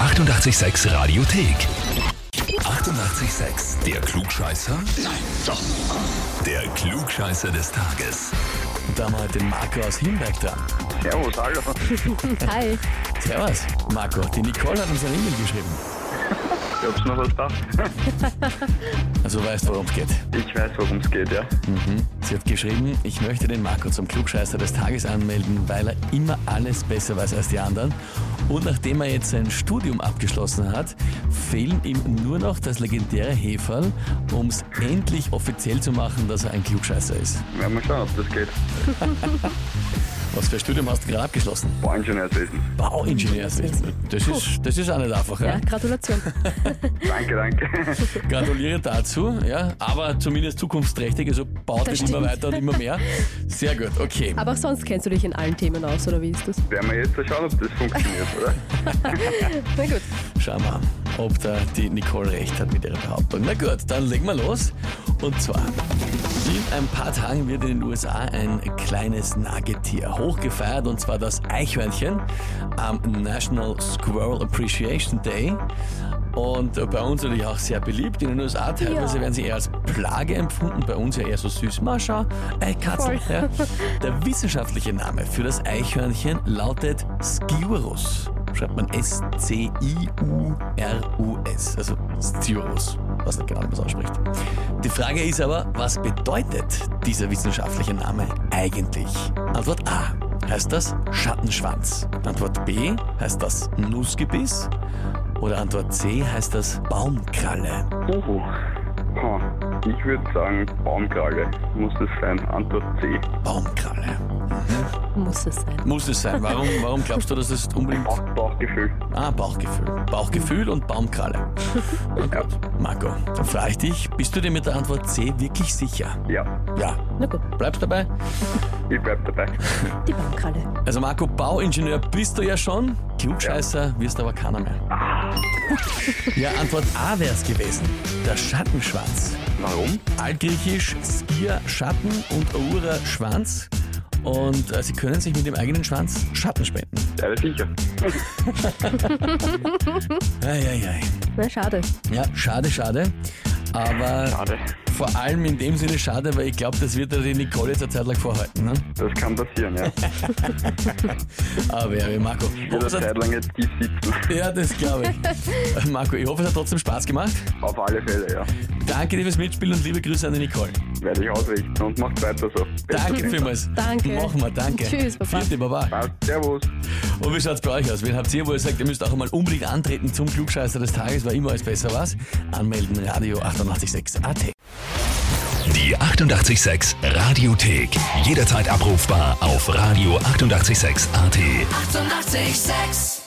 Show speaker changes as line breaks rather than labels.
886 Radiothek. 88,6. Der Klugscheißer? Nein, doch. Der Klugscheißer des Tages.
Da haben wir heute den Marco aus Himberg dran.
Servus, hallo.
Hi.
Servus, Marco. Die Nicole hat uns eine E-Mail geschrieben.
Ich hab's mir was gedacht.
Also du weißt, worum es geht.
Ich weiß, worum es geht, ja.
Sie hat geschrieben, ich möchte den Marco zum Klugscheißer des Tages anmelden, weil er immer alles besser weiß als die anderen. Und nachdem er jetzt sein Studium abgeschlossen hat, fehlen ihm nur noch das legendäre Heferl, um es endlich offiziell zu machen, dass er ein Klugscheißer ist.
Werden wir schauen, ob das geht.
Was für ein Studium hast du gerade abgeschlossen?
Bauingenieurwesen.
Bauingenieurwesen. Das ist, das ist auch nicht einfach, ja?
Ja, Gratulation.
Danke, danke.
Gratuliere dazu, ja, aber zumindest zukunftsträchtig, also baut
Das
es immer
stimmt.
weiter und immer mehr. Sehr gut, okay.
Aber auch sonst kennst du dich in allen Themen aus, oder wie ist das?
Werden wir jetzt schauen, ob das funktioniert, oder?
Na gut.
Schauen wir, ob da die Nicole recht hat mit ihrer Behauptung. Na gut, dann legen wir los. Und zwar, in ein paar Tagen wird in den USA ein kleines Nagetier hochgefeiert, und zwar das Eichhörnchen am National Squirrel Appreciation Day. Und bei uns natürlich auch sehr beliebt. In den USA teilweise
Ja.
werden sie eher als Plage empfunden, bei uns ja eher so süß. Mal schau, ey Katze.
Voll.
Ja. Der wissenschaftliche Name für das Eichhörnchen lautet Sciurus. Schreibt man S-C-I-U-R-U-S. Also Sciurus. Was nicht genau, wie man es ausspricht. Die Frage ist aber, was bedeutet dieser wissenschaftliche Name eigentlich? Antwort A. Heißt das Schattenschwanz? Antwort B. Heißt das Nussgebiss? Oder Antwort C. Heißt das Baumkralle?
Uhu. Oh, ich würde sagen, Baumkrage muss das sein. Antwort C.
Baumkralle.
Muss es sein.
Muss es sein. Warum, warum glaubst du, dass es unbedingt
Bauch, Bauchgefühl.
Ah, Bauchgefühl. Bauchgefühl und Baumkralle. Na gut. Marco, dann frage ich dich, bist du dir mit der Antwort C wirklich sicher?
Ja,
Ja.
Na gut,
Bleibst dabei?
ich bleib dabei.
die Baumkralle.
Also Marco, Bauingenieur bist du ja schon, Klugscheißer wirst aber keiner mehr. Ja, Antwort A wäre es gewesen. Der Schattenschwanz.
Warum?
Altgriechisch Skier Schatten und Aura Schwanz. Und äh, sie können sich mit dem eigenen Schwanz Schatten spenden.
Ja, das sicher.
Eieiei.
Na, schade.
Ja, schade, schade. Aber
Schade.
Vor allem in dem Sinne schade, weil ich glaube, das wird ja die Nicole jetzt eine Zeit lang vorhalten. Ne?
Das kann passieren, ja.
Aber ja, Ah, Marco. ich hoffe,
Jede
es hat-
Zeit lang jetzt tief sitzen.
Ja, das glaube ich. Marco, ich hoffe, es hat trotzdem Spaß gemacht.
Auf alle Fälle, ja.
Danke dir fürs Mitspielen und liebe Grüße an die Nicole.
Werde ich ausrichten und macht weiter so.
Danke vielmals.
Danke.
Machen wir, danke.
Tschüss, Baba.
Vierte, Baba.
Passt. Servus.
Und wie schaut's bei euch aus? Wen habt ihr, wo ihr sagt, ihr müsst auch einmal unbedingt antreten zum Klugscheißer des Tages, weil immer alles besser war's? Anmelden, Radio 886 AT.
Die 88,6 Radiothek. Jederzeit abrufbar auf radio886.at. 88,6.
Eighty-eight, sex.